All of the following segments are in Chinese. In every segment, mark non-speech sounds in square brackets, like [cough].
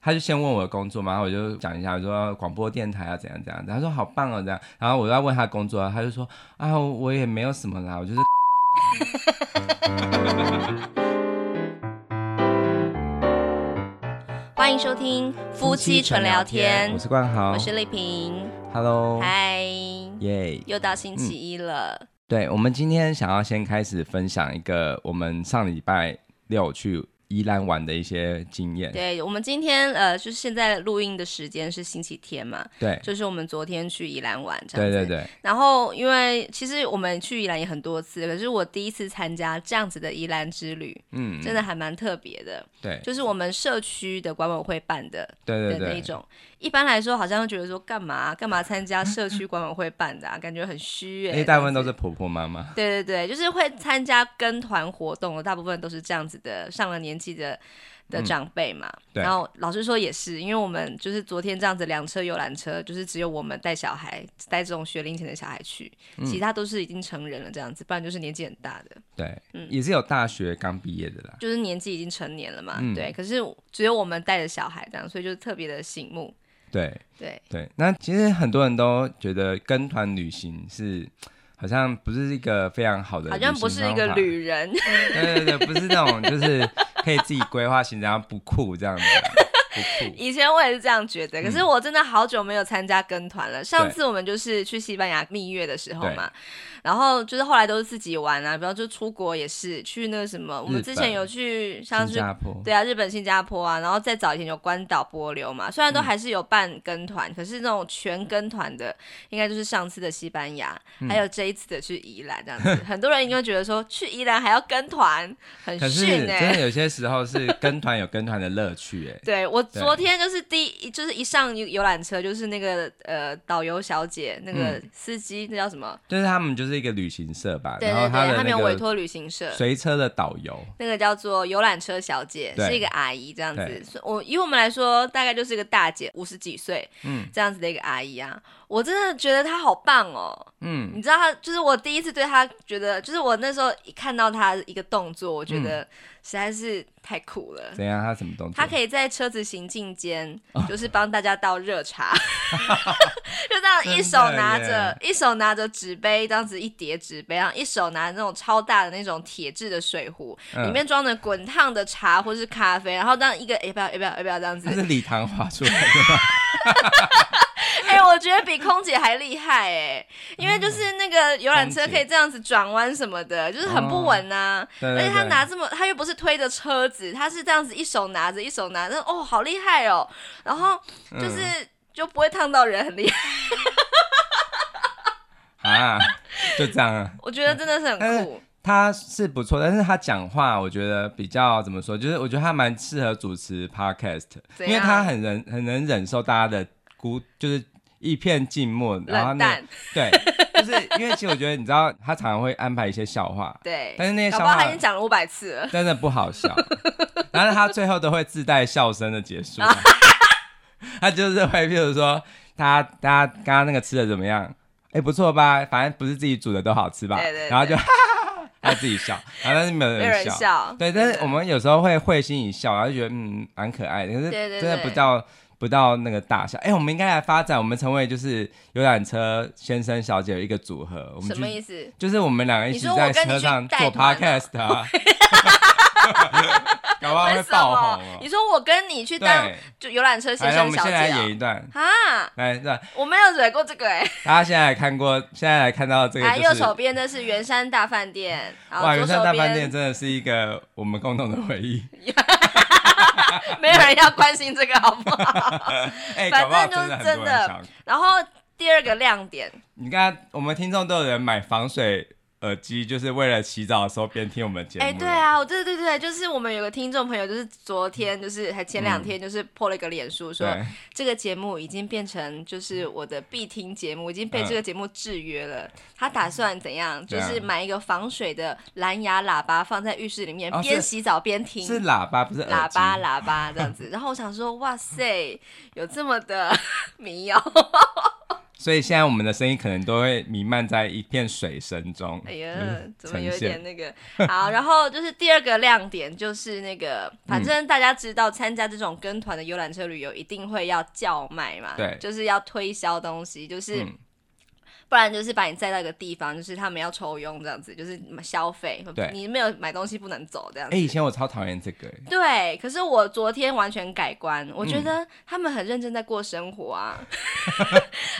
他就先问我的工作嘛，然后我就讲一下，我说广播电台啊怎样怎样，他说好棒哦这样，然后我要问他工作啊，他就说啊我也没有什么啦，我就是欢迎收听夫妻纯聊天我，是冠豪，我是丽萍， Hello，嗨，耶又到星期一了，对，我们今天想要先开始分享一个我们上礼拜六去宜兰玩的一些经验。对我们今天呃，就是现在录音的时间是星期天嘛，对，就是我们昨天去宜兰玩这样对子，嗯对对，然后因为其实我们去宜兰也很多次，可是我第一次参加这样子的宜兰之旅，嗯，真的还蛮特别的，对，就是我们社区的管委会办的，对对的那对一，种。一般来说，好像会觉得说干嘛干嘛参加社区管委会办的、啊，感觉很虚因哎、为欸。大部分这都样是子婆婆妈妈。对对对，就是会参加跟团活动的，大部分都是这样子的，上了年纪的。的长辈嘛，嗯对然后老师说也是，因为我们就是昨天这样子两车游览车，就是只有我们带小孩，带这种学龄前的小孩去，嗯其他都是已经成人了这样子，不然就是年纪很大的。对，嗯也是有大学刚毕业的啦。就是年纪已经成年了嘛，嗯对。可是只有我们带着小孩这样，所以就是特别的醒目，对对。对，那其实很多人都觉得跟团旅行是。好像不是一个非常好的，好像不是一个，旅人，对对对，不是那种就是可以自己规划行程，然后不酷这样子，啊 [laughs] 不酷，以前我也是这样觉得，可嗯是我真的好久没有参加跟团了。上次我们就是去西班牙蜜月的时候嘛，然后就是后来都是自己玩啊，比方就出国也是去那个什么，我们之前有去像新是加坡，对啊日本、新加坡啊，然后再早以前有关岛、波流嘛，虽然嗯都还是有办跟团，可是那种全跟团的，应该就是上次的西班牙，还嗯有这一次的去宜兰这样子。很多人应该觉得说去宜兰还要跟团，很可是逊哎、，真的有些时候是跟团有跟团的乐趣，哎对我昨天就是第一，就是一上游游览车，就是那个呃导游小姐，那个嗯司机，那叫什么？就是他们就是一个旅行社吧，对然后对对，的他们有那委个托旅行社，随车的导游，那个叫做游览车小姐，对是一个阿姨这样对子。所以我以我们来说，大概就是一个大姐，五十几岁，嗯这样子的一个阿姨啊。我真的觉得她好棒哦，嗯，你知道她就是我第一次对她觉得，就是我那时候一看到她一个动作，我嗯觉得实在是太酷了。怎样？他什么动作？他可以在车子行进间，哦就是帮大家倒热 [laughs] 茶，就这样一手拿真的着一手拿着纸杯，这样子一叠纸杯，然后一手拿那种超大的那种铁质的水壶，嗯里面装着滚烫的茶或是咖啡，然后这样一个哎要不要要不要要不要这样 [laughs] 子他，是礼堂滑出来的吗？哎、我觉得比空姐还厉害哎、因为就是那个游览车空姐哦可以这样子转弯什么的，就是很不稳啊呐、对 [laughs] 而对且他对拿这么，他又不是推着车子，他是这样子一手拿着一手拿着，哦，好厉害哦！然后嗯就是、就不会烫到人，很厉害。 [laughs] 啊，就这样啊。我觉得真的是很但酷，他是不错，但是他讲话我觉得比较怎么说，就是我觉得他蛮适合主持 podcast，怎因为样他很忍很能忍受大家的孤，就是一片静默，然后冷那淡，对，就是因为其实我觉得你知道他常常会安排一些笑话，对。但是那些搞笑不好话他已经讲了五百次了，真的不好笑。 [laughs] 然后他最后都会自带笑声的结 [laughs] 束，他就是会，譬如说，他大家刚刚那个吃的怎么样？哎、不错吧？反正不是自己煮的都好吃吧？对对对然后就哈 [laughs] 哈哈哈，他自己笑，然后但是没有没有人人笑。笑。嗯对，但是我们有时候会会心一笑，然后就觉得嗯蛮可爱的，可是对对真的对不到不到那个大笑。哎、我们应该来发展，我们成为就是游览车先生小姐的一个组合，我们什么去意思？就是我们两个一你起说我在跟你车去上做带团啊 podcast 啊， [laughs] 搞不好会为什爆么红？哦。你说我跟你去当对，就游览车先来，那我生们小现姐在啊演一段，啊？来，那我没有蕊过这个哎、大家现在来看过，现在来看到这个啊，就右是手，边那是圆山大饭店，然后哇，左原手山大饭店边真的是一个我们共同的回忆。没有人要关心这个，好 [laughs] 不好？哎，反搞不好正就的是很多真人的想。然后第二个亮点，你看，我们听众都有人买防水耳机，就是为了洗澡的时候边听我们节目。哎、对，啊，我对对对，就是我们有个听众朋友，就是昨天，就是还前两天，就是破了一个脸书说、嗯对，这个节目已经变成就是我的必听节目，已经被嗯啊这个节目制约了。他打算怎样？怎就样是买一个防水的蓝牙喇叭放在浴室里面，哦是边洗澡边听。是喇叭，不是耳喇机叭喇 [laughs] 叭这样子，然后我想说，哇塞，有这么的民谣，所以现在我们的声音可能都会弥漫在一片水声中。哎就是呀，怎嗯么呈有一现点 [laughs] 那个？好，然后就是第二个亮点就是那个，嗯反正大家知道参加这种跟团的游览车旅游一定会要叫卖嘛，对就是要推销东西，就是。嗯不然就是把你载到一个地方，就是他们要抽佣这样子，就是消费对，你没有买东西不能走这样哎、子。以前我超讨厌这个、哎对，可是我昨天完全改观，我嗯觉得他们很认真在过生 [laughs] 活啊。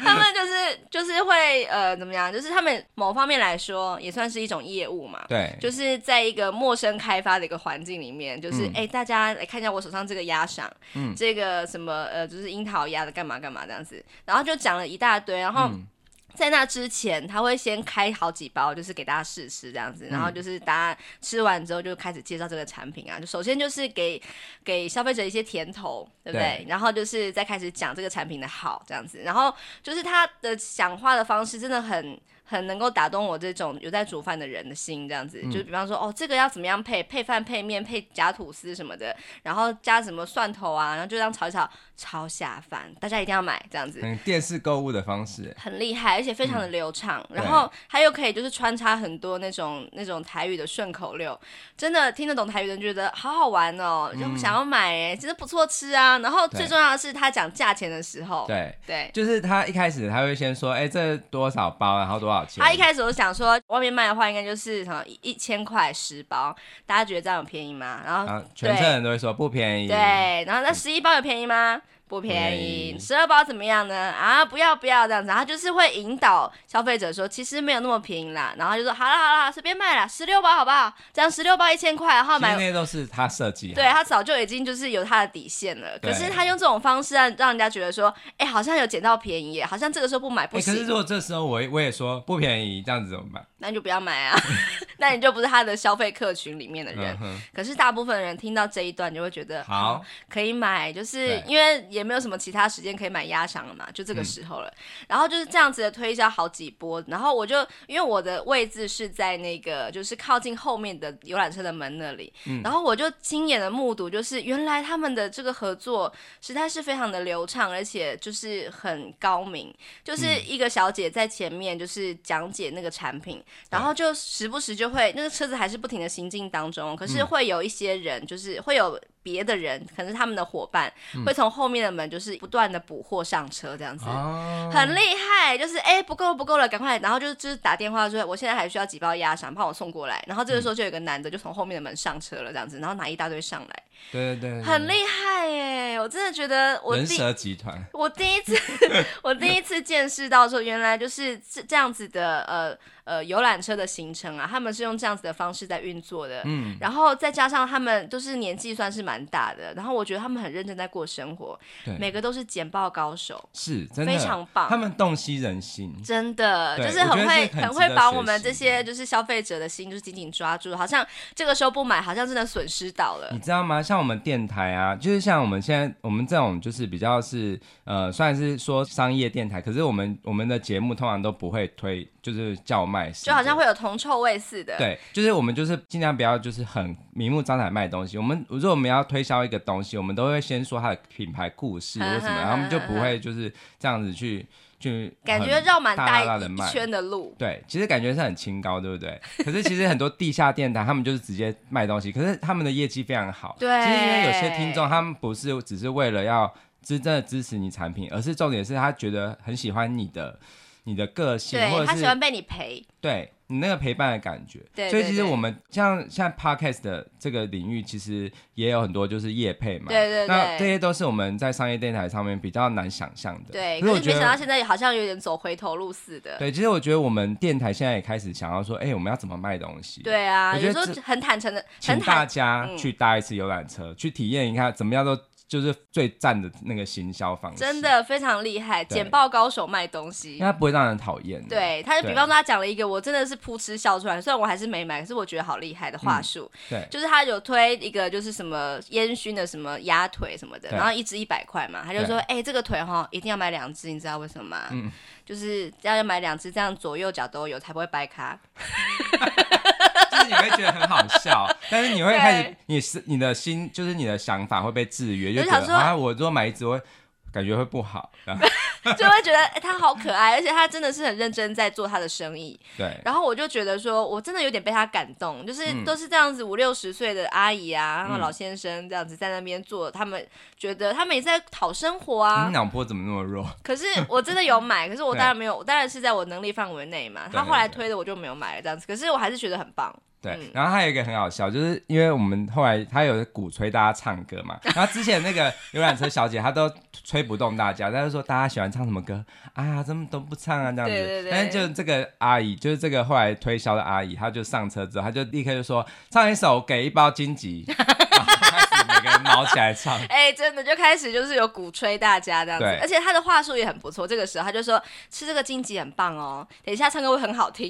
他们就是就是会呃怎么样，就是他们某方面来说也算是一种业务嘛。对，就是在一个陌生开发的一个环境里面，就是哎、诶大家来看一下我手上这个鸭嗓，嗯这个什么呃，就是樱桃鸭的干嘛干嘛这样子，然后就讲了一大堆，然后。嗯在那之前，他会先开好几包，就是给大家试吃这样子，然后就是大家吃完之后就开始介绍这个产品啊。就首先就是给给消费者一些甜头，对不对？对然后就是再开始讲这个产品的好这样子，然后就是他的讲话的方式真的很很能够打动我这种有在煮饭的人的心，这样子，就比方说哦，这个要怎么样配配饭、配面、配夹吐司什么的，然后加什么蒜头啊，然后就这样炒一炒，超下饭，大家一定要买这样子。嗯，电视购物的方式、哎很厉害，而且非常的流畅，然后他又可以就是穿插很多那种那种台语的顺口溜，真的听得懂台语的人觉得好好玩哦，就想要买哎、真的不错吃啊。然后嗯最对重要的是他讲价钱的时候，对，对，就是他一开始他会先说，哎、这多少包，然后多少钱？他一开始我想说，外面卖的话应该就是什么一一千块十包，大家觉得这样有便宜吗？然后、然后全车人都会说不便宜，嗯哦对，然后那十一包有便宜吗？不便宜不便，宜十二包怎么样呢？啊，不要不要这样子，然后就是会引导消费者说，其实没有那么便宜啦，然后就说好啦好啦，随便卖啦，十六包好不好？这样十六包一千块，然后其实那买。些都是他设计好的，对他早就已经就是有他的底线了，可对是他用这种方式让让人家觉得说，哎、好像有捡到便宜耶，好像这个时候不买不哎、可行。是如果这时候我我也说不便宜，这样子怎么办？那你就不要买啊， [laughs] 那你就不是他的消费客群里面的人嗯。哼，可是大部分人听到这一段就会觉得好嗯可以买，就是对因为也没有什么其他时间可以买鸭肠了嘛，就这个时候了。然后就是这样子的推销好几波，然后我就因为我的位置是在那个就是靠近后面的游览车的门那里，然后我就亲眼的目睹，就是原来他们的这个合作实在是非常的流畅，而且就是很高明，嗯就是一个小姐在前面就是讲解那个产品，然后就时不时就会那个车子还是不停的行进当中，哦可嗯是会有一些人，就是会有别的人，可能是他们的伙伴，会从后面的门就是不断的补货上车这样子。嗯哦，很厉害，就是哎、不够了不够了，赶快！然后就是就是打电话说，我现在还需要几包鸭肠，帮我送过来。然后这个嗯时候就有个男的就从后面的门上车了，这样子，然后拿一大堆上来，对对对，对很厉害耶！我真的觉得我嗯人第蛇集团，我第一次， [laughs] 我第一次见识到说，原来就是这这样子的，呃呃，游览车的行程啊，他们是用这样子的方式在运作的。嗯，然后再加上他们都是年纪算是蛮大的，然后我觉得他们很认真在过生活，对每个都是简报高手，是真的非常棒他们洞悉人心，真的对就是我觉很得会是很值会得把学我们习这些就是消费者的心就是紧紧抓住，好像这个时候不买，好像真的损失到了你。知道吗？像我们电台啊，就是像我们现在我们这种就是比较是呃，虽然是说商业电台，可是我们我们的节目通常都不会推，就是叫卖式的，就好像会有铜臭味似的，对，就是我们就是尽量不要就是很明目张胆卖东西。我们如果我们要推销一个东西，我们都会先说它的品牌故事嗯为什么， [laughs] 哼然后我们就嗯不哼会就是这样子去去感很觉绕蛮大大的一卖。圈的路。对，其实感觉是很清高，对不 [laughs] 对？可是其实很多地下电台，他们就是直接卖东西，可是他们的业绩非常好。对其实因为有些听众，他们不是只是为了要真正的支持你产品，而是重点是他觉得很喜欢你的你的个性，或对者他是喜欢被你陪，对你那个陪伴的感觉。对所以对其实对我们像像 podcast 的这个领域，其实也有很多就是业配嘛。对对那对这些都是我们在商业电台上面比较难想象的。对，可是可我是觉没想得到。现在好像有点走回头路似的。对，其实我觉得我们电台现在也开始想要说，哎、我们要怎么卖东西？对啊，我觉有得时候这很坦诚的，请很大坦家嗯去搭一次游览车，去体验一下怎么样都就是最赞的那个行销方式，真，的非常厉害，对简报高手卖东西因为。它不会让人讨厌。，对，他就比对方说他讲了一个，我真的是扑哧笑出来。虽然我还是没买，可是我觉得好厉害的嗯话术。对就是他有推一个就是什么烟熏的什么鸭腿什么的，对然后一只一百块嘛，他就说，哎、这个腿哈一定要买两只，你知道为什么吗？嗯就是要买两只，这样左右脚都有，才不会掰开。就是你会觉得很好笑，但是你会对开始，你是你的心，就是你的想法会被制约，就就觉想得说啊，我如果买一只，我会感觉会不好。然后 [laughs] 就会觉得、哎，他好可爱，而且他真的是很认真在做他的生意。对，然后我就觉得说，我真的有点被他感动，就是嗯都是这样子五六十岁的阿姨啊，然后嗯老先生这样子在那边做，他们觉得他们也在讨生活啊你。嗯脑波怎么那么弱？可是我真的有买，可是我对当然没有，我当然是在我能力范围内嘛。对他后来对对推的我就没有买了这样子，可是我还是觉得很棒。对嗯，然后还有一个很好笑，就是因为我们后来他有鼓吹大家唱歌 [laughs] 嘛，然后之前那个游览车小姐她都吹不动大家，她就说大家喜欢唱什么歌啊，怎么都不唱啊这样子。对对对但是就这个阿姨，就是这个后来推销的阿姨，她就上车之后，她就立刻就说唱一首给一包荆棘，然后开始每个人毛起来唱。哎、真的就开始就是有鼓吹大家这样子对，而且他的话术也很不错。这个时候他就说吃这个荆棘很棒哦，等一下唱歌会很好听。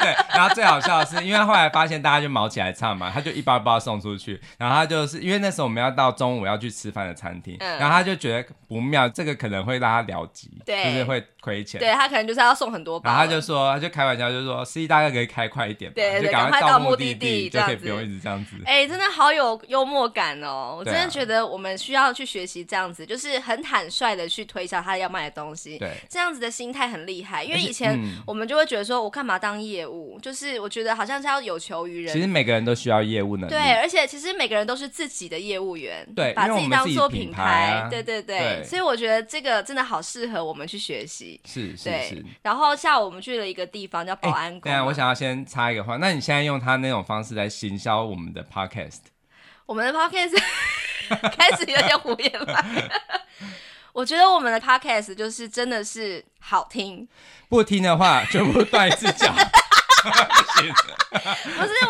对，然后最好笑的是，因为后来发现大家就毛起来唱嘛，他就一包一包送出去，然后他就是因为那时候我们要到中午要去吃饭的餐厅，嗯然后他就觉得不妙，这个可能会让他了急，对就是会亏钱。对他可能就是要送很多包然了，后他就说，他就开玩笑，就说司机大哥可以开快一点吧，对对就赶赶快到到目目的的地，地就可以这样不用子一直这样 [laughs] 子。哎、真的好有幽默感哦！我对真啊的觉得我们需要去学习这样子，就是很坦率的去推销他要卖的东西，对，这样子的心态很厉害。因为而且以前嗯我们就会觉得说，我干嘛当业务？就是我觉得好像是要有求于其实人。每个人都需要业务能力。对，而且其实每个人都是自己的业务员，对把因为我己们当自己做品品牌啊对对对，对所以我觉得这个真的好适合我们去学习。是是对是。，然后下午我们去了一个地方叫保安宫对嘛、啊，我想要先插一个话，那你现在用他那种方式来行销我们的 podcast，我们的 podcast [laughs] 开始有点胡言乱语。 [laughs] 我觉得我们的 podcast 就是真的是好听，不听的话全部断一只 [laughs] 脚。不行不是？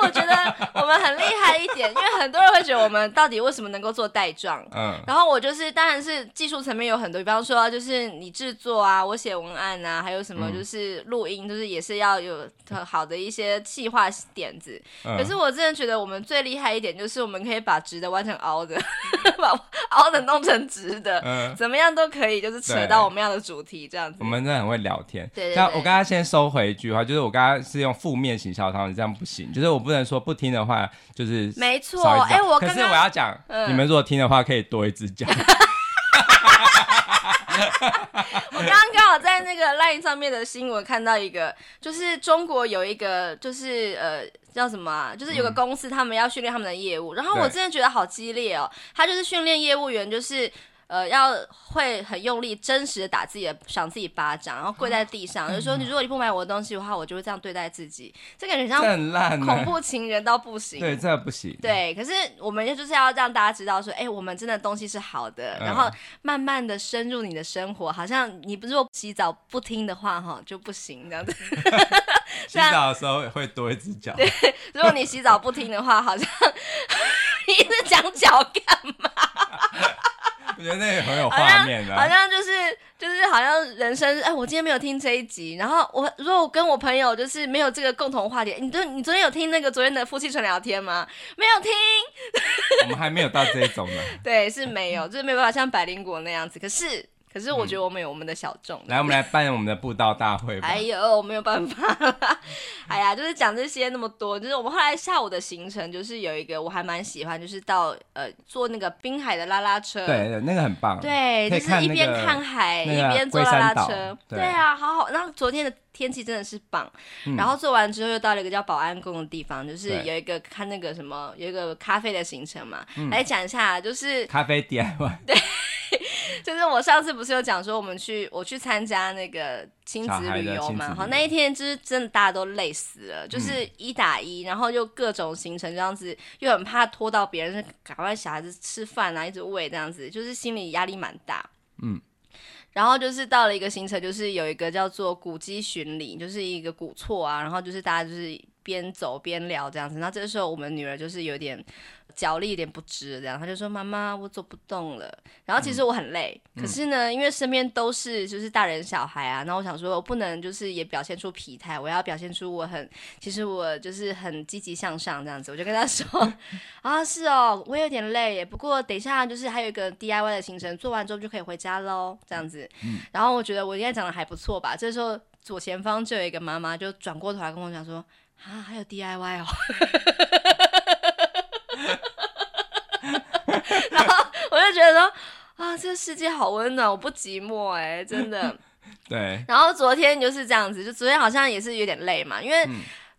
我觉得我们很厉害一点，因为很多人会觉得我们到底为什么能够做带状。嗯，然后我就是，当然是技术层面有很多，比方说就是你制作啊，我写文案啊，还有什么嗯就是录音，就是也是要有很好的一些企划点子。嗯可是我真的觉得我们最厉害一点就是我们可以把直的弯成凹的， [laughs] 把凹的弄成直的。 [laughs] 嗯，怎么样都可以，就是扯到我们要的主题这样子。我们真的很会聊天。对对像对我刚刚先收回一句话，就是我刚刚是用负面行销他们，这样不行。就是我不能说不听的话，就是没错少一只脚哎我可是刚刚我要讲，嗯你们如果听的话，可以多一只 [laughs] 脚。我刚刚刚好在那个 LINE 上面的新闻看到一个，就是中国有一个，就是呃叫什么、啊，就是有个公司他们要训练他们的业务，然后我对真的觉得好激烈哦，他就是训练业务员，就是。呃，要会很用力、真实的打自己的，赏自己巴掌，然后跪在地嗯上，就说你如果你不买我的东西的话，我就会这样对待自己。这感觉这像很烂、欸，恐怖情人到不行。对，这不行。对，可是我们就是要让大家知道说，哎、我们真的东西是好的，嗯然后慢慢的深入你的生活，好像你不如果洗澡不听的话，哈就不行这样子。洗澡的时候会多一只脚。如果你洗澡不听的话，好像 [laughs] 你一直讲脚干我觉得那也很有好画像面的、好像就是就是好像人生，哎、我今天没有听这一集，然后我如果我跟我朋友就是没有这个共同话题，你昨你昨天有听那个昨天的夫妻纯聊天吗？没有听。我们还没有到这一种 [laughs] 呢。对，是没有，就是没办法像百灵果那样子。可是，可是我觉得我们有我们的小众。来，我们来办我们的布道大会吧。嗯哎呦，我没有办法啦。哎呀，就是讲这些那么多，就是我们后来下午的行程，就是有一个我还蛮喜欢，就是到呃坐那个滨海的拉拉车。对，对，那个很棒。对，可就以是看一那边个看海、那个一边坐龟拉山拉岛车，对啊，好好。然后昨天的天气真的是棒，嗯然后做完之后又到了一个叫保安宫的地方，就是对有一个看那个什么，有一个咖啡的行程嘛。嗯来讲一下，就是咖啡 DIY，就是我上次不是有讲说，我们去我去参加那个亲小子孩的旅游亲子旅嘛，游嗯好那一天就是真的大家都累死了，就是一打一，然后又各种行程这样子，又很怕拖到别人，就赶快小孩子吃饭啊，一直喂这样子，就是心理压力蛮大。嗯。然后就是到了一个行程，就是有一个叫做古迹巡礼，就是一个古厝啊，然后就是大家就是边走边聊这样子。那这个时候我们女儿就是有点脚力有点不直了，这样她就说：“妈妈，我走不动了。”然后其实我很累，可是呢，因为身边都是就是大人小孩啊，然后我想说，我不能就是也表现出疲态，我要表现出我很，其实我就是很积极向上这样子。我就跟他说：“ [laughs] 啊，是哦，我有点累耶，不过等一下就是还有一个 DIY 的行程，做完之后就可以回家喽，这样子。然后我觉得我应该讲的还不错吧。这时候左前方就有一个妈妈就转过头来跟我讲说：“啊，还有 DIY 哦。” [laughs] 然后我就觉得说。啊，这个世界好温暖，我不寂寞哎、真的。对，然后昨天就是这样子，就昨天好像也是有点累嘛，因为嗯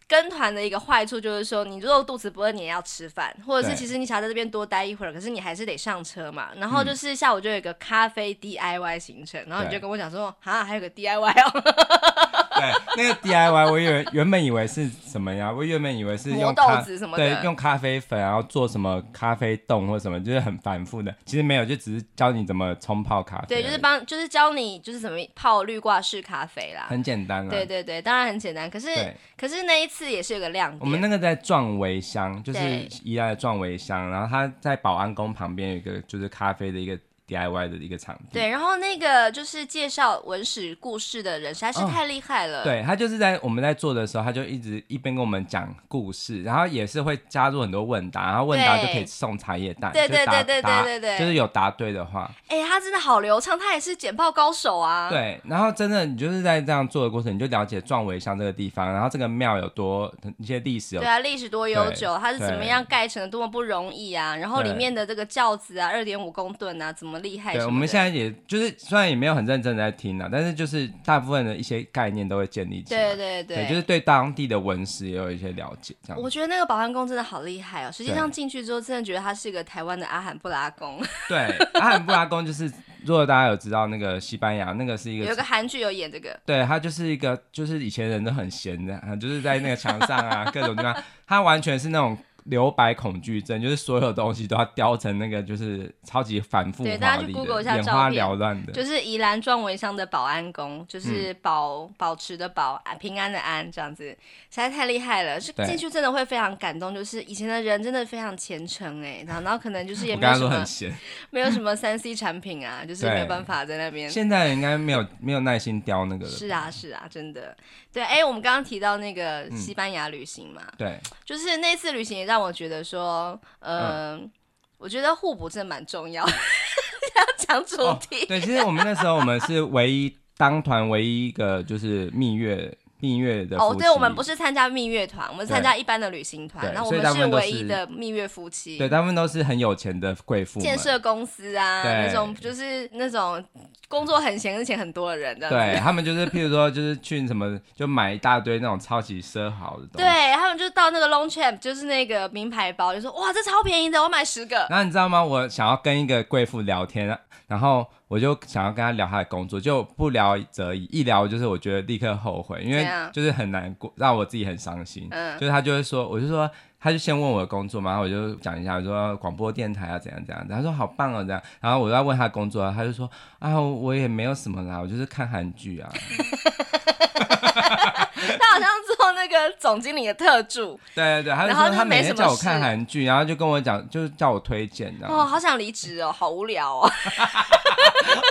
跟团的一个坏处就是说，你如果肚子不饿，你也要吃饭，或者是对其实你想要在这边多待一会儿，可是你还是得上车嘛。然后就是下午就有一个咖啡 DIY 行程，然后你嗯就对跟我讲说，啊，还有个 DIY 哦， [laughs] 对，那个 DIY 我以为原本以为是什么呀？我原本以为是磨用豆咖子什么的对，用咖啡粉，然后做什么咖啡冻或什么，就是很繁复的。其实没有，就只是教你怎么冲泡咖啡而已。对，就是帮，就是教你就是怎么泡绿挂式咖啡啦。很简单啦。对对对，当然很简单，可是对可是那一次也是有个亮我们点。那个在壮围乡，就是对宜兰的壮围乡，然后它在保安宫旁边有一个就是咖啡的一个 DIY 的一个场地。对，然后那个就是介绍文史故事的人实在是哦太厉害了。对，他就是在我们在做的时候，他就一直一边跟我们讲故事，然后也是会加入很多问答，然后问答对就可以送茶叶蛋，对就是对答对对答对对对就是有答对的话，哎、他真的好流畅，他也是剪报高手啊。，对，然后真的你就是在这样做的过程，你就了解壮围乡这个地方，然后这个庙有多一些历史有对啊，历史多悠对久，它是怎么对样盖成的，多么不容易啊！然后里对面的这个轿子啊，二点五公吨啊，怎么厉害什么对，的？我们现在也就是虽然也没有很认真的在听啊，但是就是大部分的一些概念都会建立起来。对对对，就是对当地的文史也有一些了解，这样我觉得那个保安宫真的好厉害哦！实际上进去之后，真的觉得它是一个台湾的阿罕布拉宫。对。阿罕布拉宫就是，如果大家有知道那个西班牙，那个是一有一个，个韩剧有演这个，对，它就是一个，就是以前人都很闲的，啊就是在那个墙上啊， [laughs] 各种地方，它完全是那种留白恐惧症，就是所有东西都要雕成那个，就是超级反复华对丽大家去的， Google 一下眼照花片缭乱的，就是宜兰壮围乡的保安宫，嗯就是保、保持的保，安平安的安，这样子实在太厉害了。是对进去真的会非常感动，就是以前的人真的非常虔诚哎，然后然后可能就是也我没刚才有什说很么闲，没有什么三 C 产品啊，就是对没有办法在那边。现在人应该没有没有耐心雕那个了，是啊，是啊，真的。对，哎、我们刚刚提到那个嗯西班牙旅行嘛，对， [laughs] 就是那次旅行也让我觉得说，呃，嗯我觉得互补真的蛮重要。 [laughs] 要讲主哦题，对，其实我们那时候我们是唯一当团唯一一个就是蜜月蜜月的哦，夫对，妻我们不是参加蜜月团，我们参加一般的旅行团，对那我所以们大部分都唯一是的蜜月夫妻，对，大部分都是很有钱的贵妇建们。设公司啊，对那种就是那种工作很闲而且很多的人这样子。对他们就是，譬如说，就是去什么，就买一大堆那种超级奢豪的东西。对。他们就到那个 Long Champ，就是那个名牌包，就说哇，这超便宜的，我买十个。然后你知道吗？我想要跟一个贵妇聊天，然后我就想要跟她聊她的工作，就不聊则已，一聊就是我觉得立刻后悔，因怎为样就是很难过，让我自己很伤心。嗯就是他就会说，我就说，他就先问我的工作嘛，然后我就讲一下，我说广播电台啊怎样怎样，他说好棒哦这样，然后我要问他工作啊，他就说啊我也没有什么啦，我就是看韩剧啊，他好像做那个总经理的特助，对对对，他就然后说就他没每什天么叫我事看韩剧，然后就跟我讲，就是叫我推荐这样，哦，好想离职哦，好无聊哦。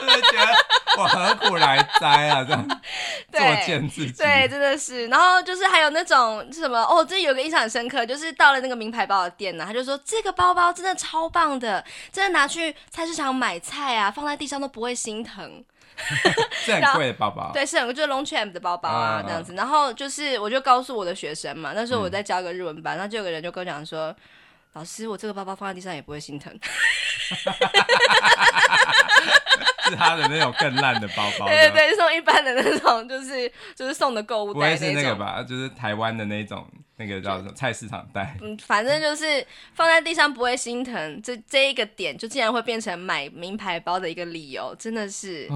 我就觉得我何苦来哉啊这样， [laughs] 对作践自己，对，真的是。然后就是还有那种是什么哦，这有个印象很深刻，就是到了那个名牌包的店啊呢、他就说这个包包真的超棒的，真的拿去菜市场买菜啊，放在地上都不会心疼。这很贵的包包，对，是很就是 Longchamp 的包包嗯啊嗯嗯这样子。然后就是我就告诉我的学生嘛，那时嗯候我在教一个日文班，然后就有个人就跟我讲说。老师，我这个包包放在地上也不会心疼。是他的那种更烂的包包， [laughs] 对对对，送一般的那种，就是就是送的购物啊不袋会是那种个。吧？就是台湾的那种那个叫什么菜市场袋。嗯，反正就是放在地上不会心疼，这这一个点就竟然会变成买名牌包的一个理由，真的是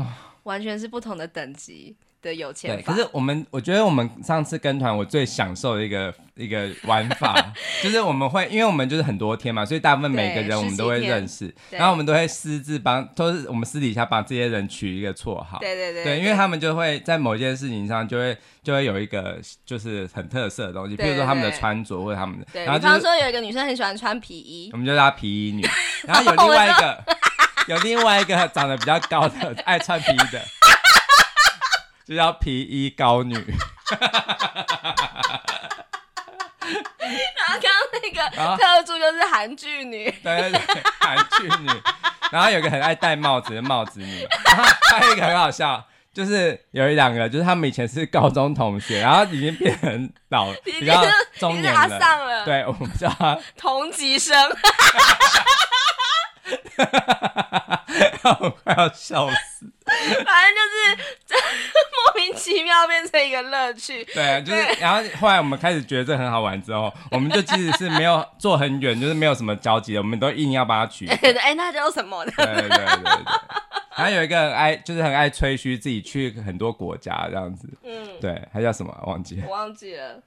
完全是不同的等级的有钱啊对，法。可是我们我觉得我们上次跟团，我最享受的一个一个玩 [laughs] 法，就是我们会，因为我们就是很多天嘛，所以大部分每个对人我十们几都会天认识，对然后我们都会私自帮，都是我们私底下帮这些人取一个绰号。对对对对，因为他们就会在某件事情上就会就会有一个就是很特色的东西，比对如说他们的对穿着或者他们的，对然后比就方是说有一个女生很喜欢穿皮衣我，们就叫她皮衣 [laughs] 女，然后哦有另外一个有另外一个长得比较高的爱穿皮衣的，就叫皮衣高女。然后刚刚那个啊特助就是韩剧女，对对对，韩剧女，然后有一个很爱戴帽子的帽子女，然后还有一个很好笑，就是有一两个，就是他们以前是高中同学，然后已经变成老已比经较是已中经是年阿了，丧了对，我们叫他同级生。我快要笑死。 [laughs] 反正就是 [laughs] 莫名其妙变成一个乐趣。 [laughs] [laughs] 对，就是，然后后来我们开始觉得这很好玩之后，我们就即使是没有坐很远，就是没有什么交集的，我们都硬要把它 [laughs] 取。对对，哎，那叫什么呢？对对对对。然后有一个很爱，就是很爱吹嘘自己去很多国家这样子。嗯，对，他叫什么忘记了。我忘记了。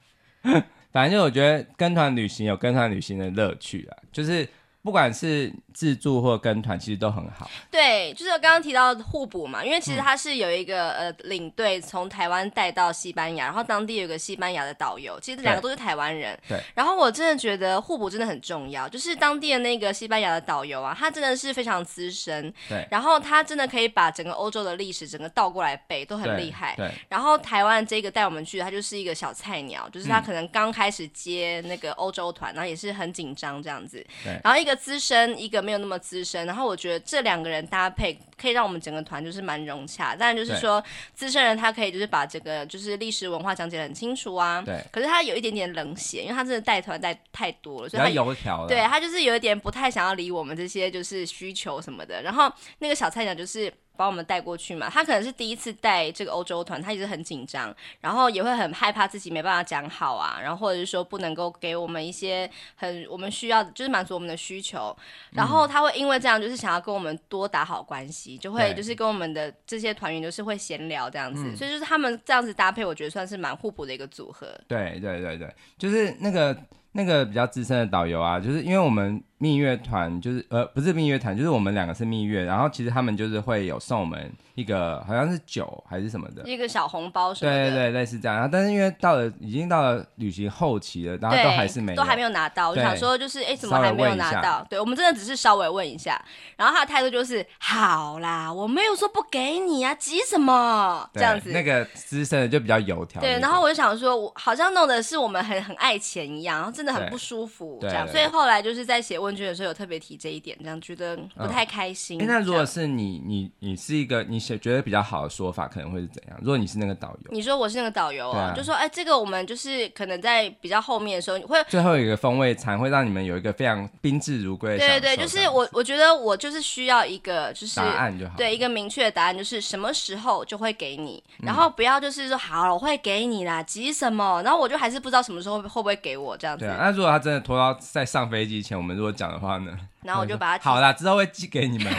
反正就我觉得跟团旅行有跟团旅行的乐趣啊，就是不管是自助或跟团，其实都很好。对，就是我刚刚提到的互补嘛，因为其嗯实他是有一个、呃领队从台湾带到西班牙，然后当地有一个西班牙的导游，其实两个都是台湾人。对。然后我真的觉得互补真的很重要，就是当地的那个西班牙的导游啊，他真的是非常资深，对然后他真的可以把整个欧洲的历史整个倒过来背，都很对厉害。对然后台湾这个带我们去的，他就是一个小菜鸟，就是嗯他可能刚开始接那个欧洲团，然后也是很紧张这样子对。然后一个资深，一个没有那么资深。然后我觉得这两个人搭配，可以让我们整个团就是蛮融洽。当然就是对说，资深人他可以就是把整个就是历史文化讲解得很清楚啊。对，可是他有一点点冷血，因为他真的带团带太多了，比所以较他油条的。对他就是有一点不太想要理我们这些就是需求什么的。然后那个小菜鸟就是把我们带过去嘛，他可能是第一次带这个欧洲团，他也是很紧张，然后也会很害怕自己没办法讲好啊，然后或者是说不能够给我们一些很我们需要就是满足我们的需求。然后嗯他会因为这样就是想要跟我们多打好关系，就会对嗯就是跟我们的这些团员就是会闲聊这样子，所以就是他们这样子搭配，我觉得算是蛮互补的一个组合。对对对对，就是那个那个比较资深的导游啊，就是因为我们蜜月团就是呃不是蜜月团，就是我们两个是蜜月，然后其实他们就是会有送我们一个好像是酒还是什么的。一个小红包什么对的，对对，类似这样。然后但是因为到了已经到了旅行后期了，然后对，都还是没有，都还没有拿到。我就对想说，就是哎，怎么稍微还没有问一拿下到？对我们真的只是稍微问一下，然后他的态度就是好啦，我没有说不给你啊，急什么？这对样子。那个资深的就比较油条一点。对，然后我就想说，我好像弄的是我们很很爱钱一样，然后真的很对不舒服这对样，对所以后来就是在写问卷的时候有特别提这一点，这样觉得不嗯太开心。诶那如这果样是你，你你是一个你写觉得比较好的说法，可能会是怎样？如果你是那个导游，你说我是那个导游对啊啊，就说哎，这个我们就是可能在比较后面的时候你会最后有一个风味餐会让你们有一个非常宾至如归的享对受。对对，就这是样我我觉得我就是需要一个就是答案就好。对，一个明确的答案就是什么时候就会给你，嗯然后不要就是说好了我会给你啦，急什么？然后我就还是不知道什么时候会不会给我这样子，对啊，那如果他真的拖到在上飞机前，我们如果讲的话呢？然后我就把 [laughs] 它好啦，之后会寄给你们。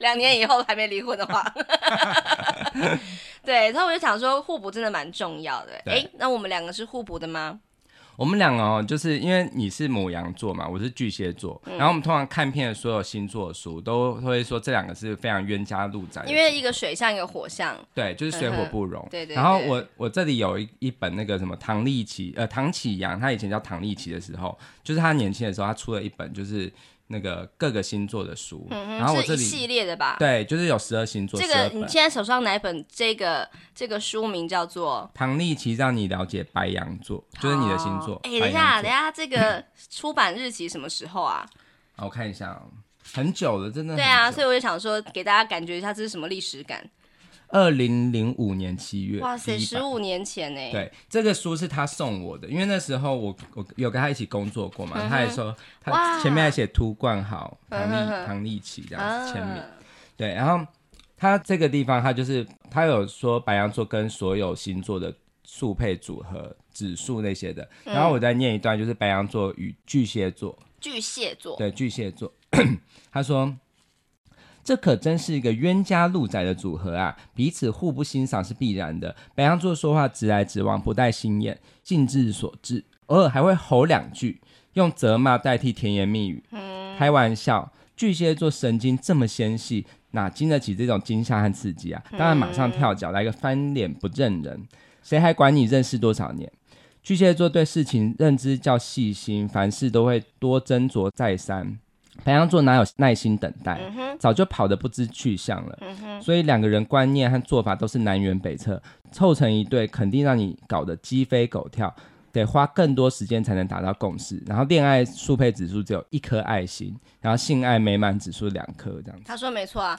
两年以后还没离 [laughs] 婚的话，对，然后我就想说互补真的蛮重要的。对哎，那我们两个是互补的吗？我们两个哦，就是因为你是母羊座嘛，我是巨蟹座，嗯然后我们通常看遍所有星座的书，都会说这两个是非常冤家路窄的。因为一个水象，一个火象，对，就是水火不容。对对然后对我我这里有一一本那个什么唐立奇，呃，唐启阳，他以前叫唐立奇的时候，就是他年轻的时候，他出了一本就是那个各个星座的书。嗯然后我哼，是这一里系列的吧？对，就是有十二星座，这12个本你现在手上哪一本？这个这个书名叫做唐立奇让你了解白羊座，就是你的星座哦。哎，等一下，白羊座等一下，这个出版日期什么时候啊？好我看一下、哦，很久了，真的很久。 [laughs] 对 [laughs] 啊，所以我就想说，给大家感觉一下这是什么历史感。二零零五年七月，哇塞，第一十版。五年前欸呢，对，这个书是他送我的，因为那时候我我有跟他一起工作过嘛，他还说嗯哇他前面还写涂冠豪、唐嗯哼立哼唐立奇这样啊子签名。对，然后他这个地方他就是他有说白羊座跟所有星座的速配组合指数那些的，嗯然后我再念一段，就是白羊座与巨蟹座，巨蟹座，对巨蟹座， [clears throat] 他说。这可真是一个冤家路窄的组合啊！彼此互不欣赏是必然的。白羊座说话直来直往，不带心眼，兴致所致，偶尔还会吼两句，用责骂代替甜言蜜语。开玩笑，巨蟹座神经这么纤细，哪经得起这种惊吓和刺激啊？当然马上跳脚，来个翻脸不认人，谁还管你认识多少年？巨蟹座对事情认知较细心，凡事都会多斟酌再三。白羊座哪有耐心等待，早就跑得不知去向了。所以两个人观念和做法都是南辕北辙，凑成一对肯定让你搞得鸡飞狗跳，得花更多时间才能达到共识。然后恋爱速配指数只有一颗爱心，然后性 [laughs] 啊爱美满指数两颗这样子。他说没错啊，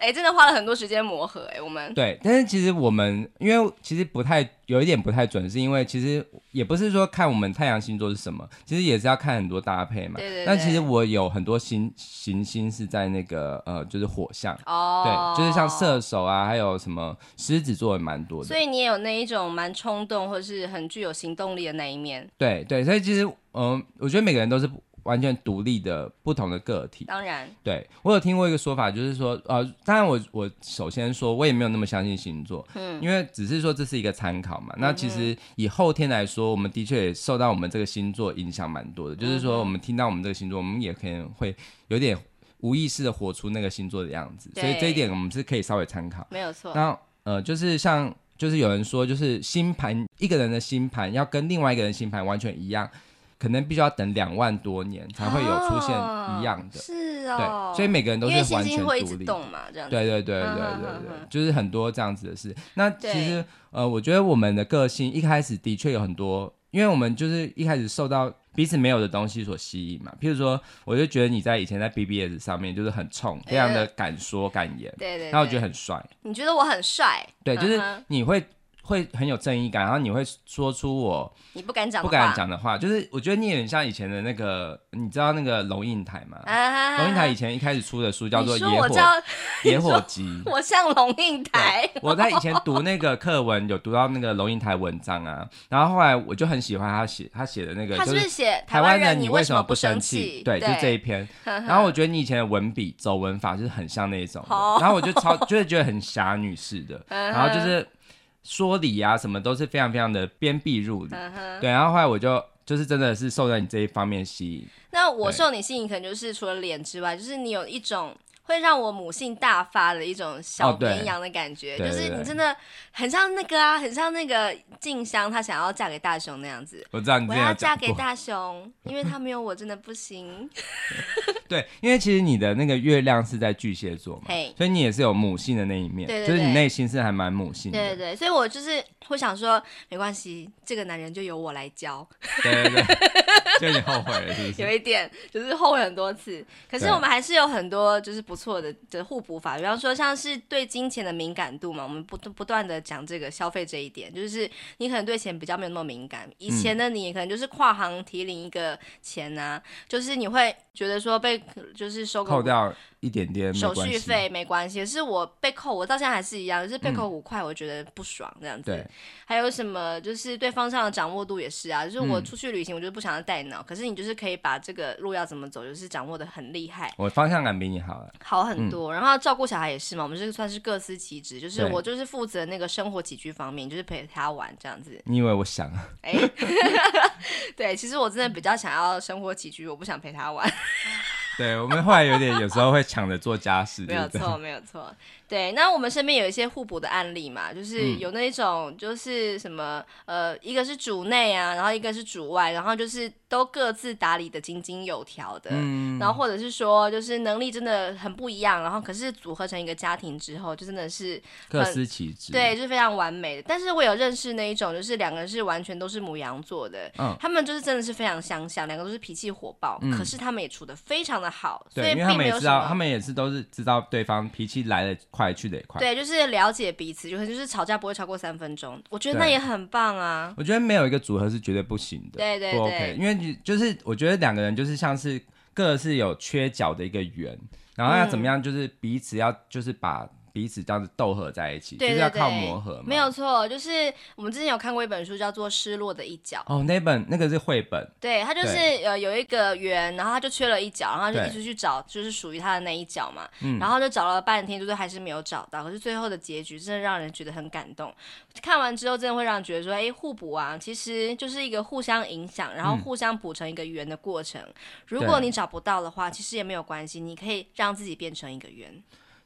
哎、真的花了很多时间磨合哎、我们对，但是其实我们因为其实不太有一点不太准，是因为其实也不是说看我们太阳星座是什么，其实也是要看很多搭配嘛。对对对但其实我有很多行行星是在那个呃，就是火象，哦，对，就是像射手啊，还有什么狮子座也蛮多的所。以你也有那一种蛮冲动或是很具有行动力的那一面。对对，所以其实嗯、我觉得每个人都是完全独立的不同的个体。当然，对我有听过一个说法，就是说，呃，当然我我首先说，我也没有那么相信星座，嗯，因为只是说这是一个参考嘛。那其实以后天来说，我们的确也受到我们这个星座影响蛮多的，就是说我们听到我们这个星座，我们也可能会有点无意识的活出那个星座的样子，所以对嗯这一点我们是可以稍微参考。没有错。那呃，就是像就是有人说，就是星盘一个人的星盘要跟另外一个人星盘完全一样，可能必须要等两万多年才会有出现一样的。是哦对，，所以每个人都因是为星完全星独会一直立的。动嘛，这样子。对对对对嗯对嗯对嗯嗯就是很多这样子的事。那对其实呃，我觉得我们的个性一开始的确有很多，因为我们就是一开始受到彼此没有的东西所吸引嘛。譬如说，我就觉得你在以前在 BBS 上面就是很冲，非常的敢说敢言，对呃对然后我觉对得很帅。你觉得我很帅，对，就是嗯哼你会会很有正义感，然后你会说出我你不敢讲，不敢，讲的话，就是我觉得你有点像以前的那个，你知道那个龙应台吗？啊龙应台以前一开始出的书叫做《你野说我火叫》。[laughs] 野火集我像龙应台，我在以前读那个课文，有读到那个龙应台文章啊，然后后来我就很喜欢他写他写的那个，他是就不是写台湾湾人人你为为什么么不不生气气？？对，就这一 [laughs] 篇。然后我觉得你以前的文笔、走文法就是很像那一种的，然后我就超就是觉得很侠女式的，嗯然后就是说理啊什么都是非常非常的鞭辟入里。嗯哼。对，然后后来我就就是真的是受到你这一方面吸引，那我对受你吸引，可能就是除了脸之外，就是你有一种会让我母性大发的一种小哦对绵羊的感觉，对就是对你对真的很像那个啊，很像那个静香，她想要嫁给大雄那样子。我知道你之我前要有嫁讲给过，大雄，因为他没有我真的 [laughs] 不行。对，因为其实你的那个月亮是在巨蟹座嘛，嘿，所以你也是有母性的那一面，对对就是对你内心是还蛮母性的，对对对，所以我就是会想说，没关系，这个男人就由我来教。对对 [laughs] 对，就有点后悔了，是不有是？一点就是后悔很多次，可是对我们还是有很多就是不错的的互补法，比方说像是对金钱的敏感度嘛，我们不不断的讲这个消费这一点，就是你可能对钱比较没有那么敏感，以前嗯的你可能就是跨行提领一个钱啊，就是你会觉得说被就是收扣购。掉一点点没手关续系，费没关系，是我被扣，我到现在还是一样，就是被扣五块，我觉得不爽这样子。嗯对，还有什么就是对方向的掌握度也是啊，就是我嗯出去旅行，我就是不想要带脑，可是你就是可以把这个路要怎么走，就是掌握的很厉害，我方向感比你好了。好很多。然后照顾小孩也是嘛，我们这个算是各司其职，就是嗯对我就是负责那个生活起居方面，就是陪他玩这样子。你以为我想 [laughs] 啊？哎，对，其实我真的比较想要生活起居，我不想陪他玩。对我们后来有点有时候会抢着做家事，没有对不对错，没有错。对，那我们身边有一些互补的案例嘛，就是嗯有那一种就是什么呃，一个是主内啊，然后一个是主外，然后就是都各自打理的井井有条的。嗯，然后或者是说，就是能力真的很不一样，然后可是组合成一个家庭之后，就真的是各司其职。对，就是非常完美的。但是我有认识那一种，就是两个人是完全都是母羊座的，嗯他们就是真的是非常相像，两个都是脾气火爆，嗯可是他们也处的非常的好，所对，以因为他并们没也有知什道，么。他们也是都是知道对方脾气来得快，去得也快。对，就是了解彼此，就可能就是吵架不会超过三分钟，我觉得那对也很棒啊。我觉得没有一个组合是绝对不行的，对对不对 OK，因为你就是我觉得两个人就是像是各是有缺角的一个圆，然后要怎么样，就是彼此要就是把彼此这样子斗合在一起，对就对是要对，靠磨合嘛。没有错，就是我们之前有看过一本书叫做《失落的一角》，哦，那本那个是绘本，对，他就是呃有一个圆，然后他就缺了一角，然后他就对嗯一直去找，就是属于他的那一角嘛。然后就找了半天，就是还是没有找到。可是最后的结局真的让人觉得很感动。看完之后，真的会让人觉得说，哎，互补啊，其实就是一个互相影响，然后互相补成一个圆的过程。如果嗯对你找不到的话，其实也没有关系，你可以让自己变成一个圆。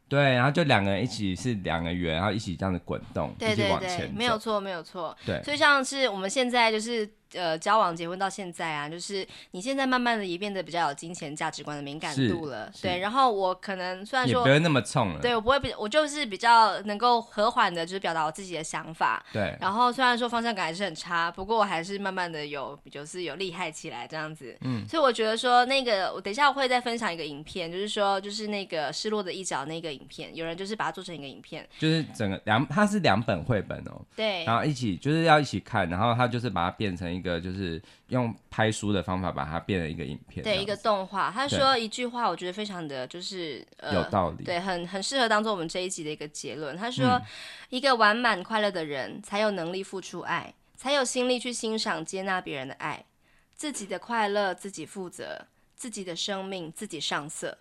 对，然后就两个人一起是两个圆，然后一起这样子滚动，对一起对往对前，走，没有错，没有错。对所以像是我们现在就是呃交往、结婚到现在啊，就是你现在慢慢的也变得比较有金钱价值观的敏感是度了。是对，然后我可能虽然也说不会那么冲了。对我不会比，我就是比较能够和缓的，就是表达我自己的想法。对然后虽然说方向感还是很差，不过我还是慢慢的有，就是有厉害起来这样子。嗯，所以我觉得说那个，我等一下我会再分享一个影片，就是说就是那个失落的一角那个影片，有人就是把它做成一个影片，就是整个两，它是两本绘本哦，对然后一起就是要一起看，然后他就是把它变成一个，就是用拍书的方法把它变成一个影片这样对，子，一个动画。他对说一句话，我觉得非常的就是呃有道理，对，很很适合当做我们这一集的一个结论。他说，嗯一个完满快乐的人才有能力付出爱，才有心力去欣赏、接纳别人的爱，自己的快乐自己负责，自己的生命自己上色。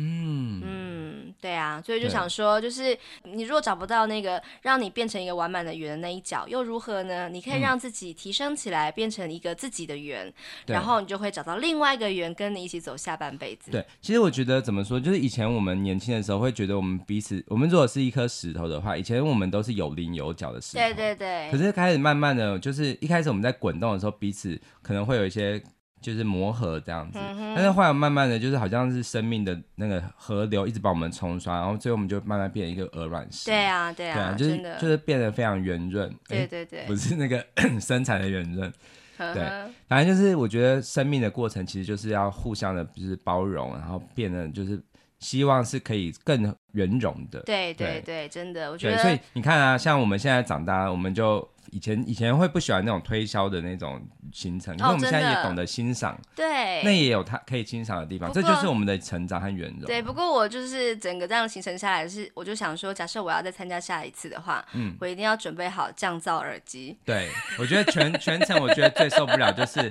嗯，嗯，对啊，所以就对想说，就是你如果找不到那个让你变成一个完满的圆的那一角，又如何呢？你可嗯以让自己提升起来，变成一个自己的圆，对然后你就会找到另外一个圆跟你一起走下半辈子。对，其实我觉得怎么说，就是以前我们年轻的时候会觉得我们彼此，我们如果是一颗石头的话，以前我们都是有棱有角的石头，对对对，可是开始慢慢的，就是一开始我们在滚动的时候，彼此可能会有一些就是磨合这样子，嗯但是后来慢慢的，就是好像是生命的那个河流一直把我们冲刷，然后最后我们就慢慢变成一个鹅卵石。对啊，对对啊，就是真的，就是变得非常圆润。对诶对对，不是那个 [coughs] 身材的圆润，呵对呵反正就是我觉得生命的过程其实就是要互相的，就是包容，然后变得就是希望是可以更圆融的。对对对对，真的，我觉对，所以得你看啊，像我们现在长大了，我们就以前以前会不喜欢那种推销的那种行程，可是我们哦真现在也的懂得欣赏，那对。也有它可以欣赏的地方，不这过就是我们的成长和圆融。对，不过我就是整个这样行程下来是，我就想说，假设我要再参加下一次的话，嗯我一定要准备好降噪耳机。对，我觉得全全程我觉得最受不了就是，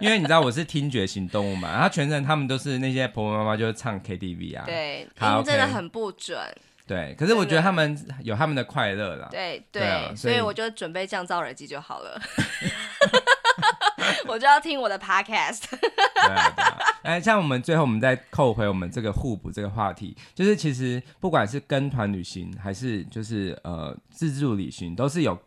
因为你知道我是听觉型动物嘛，然后全程他们都是那些婆婆妈妈就是唱 KTV 啊，对，好音真的，OK 啊很不准。对可是我真的觉得他们有他们的快乐啦，对对啊所所以我就准备降噪耳机就好 [laughs] 了。我就要听我 [laughs] 的 podcast。对啊，对啊。哎，像我们最后，我们再扣回我们这个互补这个话题，就是其实不管是跟团旅行，还是就是呃自助旅行，都是有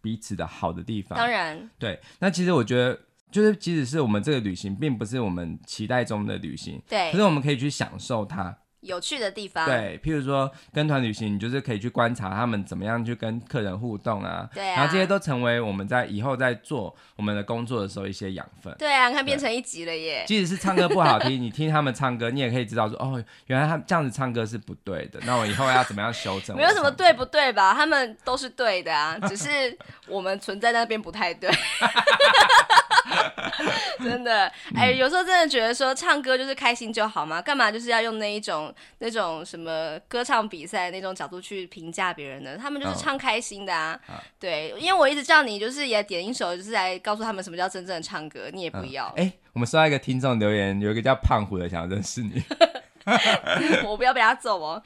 彼此的好的地当方。然，对，那其实我觉得，就是即使是我们这个旅行，并不是我们期待中的旅行，对可是我们可以去享受它。有趣的地方，对，譬如说跟团旅行，你就是可以去观察他们怎么样去跟客人互动啊，对啊然后这些都成为我们在以后在做我们的工作的时候一些养分。对啊，你看变成一集了耶。即使是唱歌不好听，你听他们唱歌，你也可以知道说，哦，原来他们这样子唱歌是不对的。那我以后要怎么样修正？没有什么对不对吧？他们都是对的啊，只是我们存在那边不太对。 [laughs] 真的，哎、嗯有时候真的觉得说唱歌就是开心就好嘛，干嘛就是要用那一种那种什么歌唱比赛那种角度去评价别人呢？他们就是嗯唱开心的啊，啊对，因为我一直叫你就是也点一首，就是来告诉他们什么叫真正的唱歌，你也不嗯要，哎、我们收到一个听众留言，有一个叫胖虎的想要认识你。 [laughs] 我不要被他揍哦。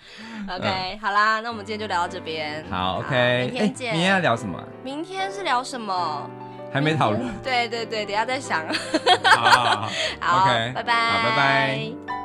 OK，、好啦，那我们今天就聊到这边，嗯好，OK，明天哎见。明天要聊什么啊、明天是聊什么？还没 [laughs] 讨论。对对对，等一下再想。 [laughs] 好好好好好 OK，拜拜，好拜拜。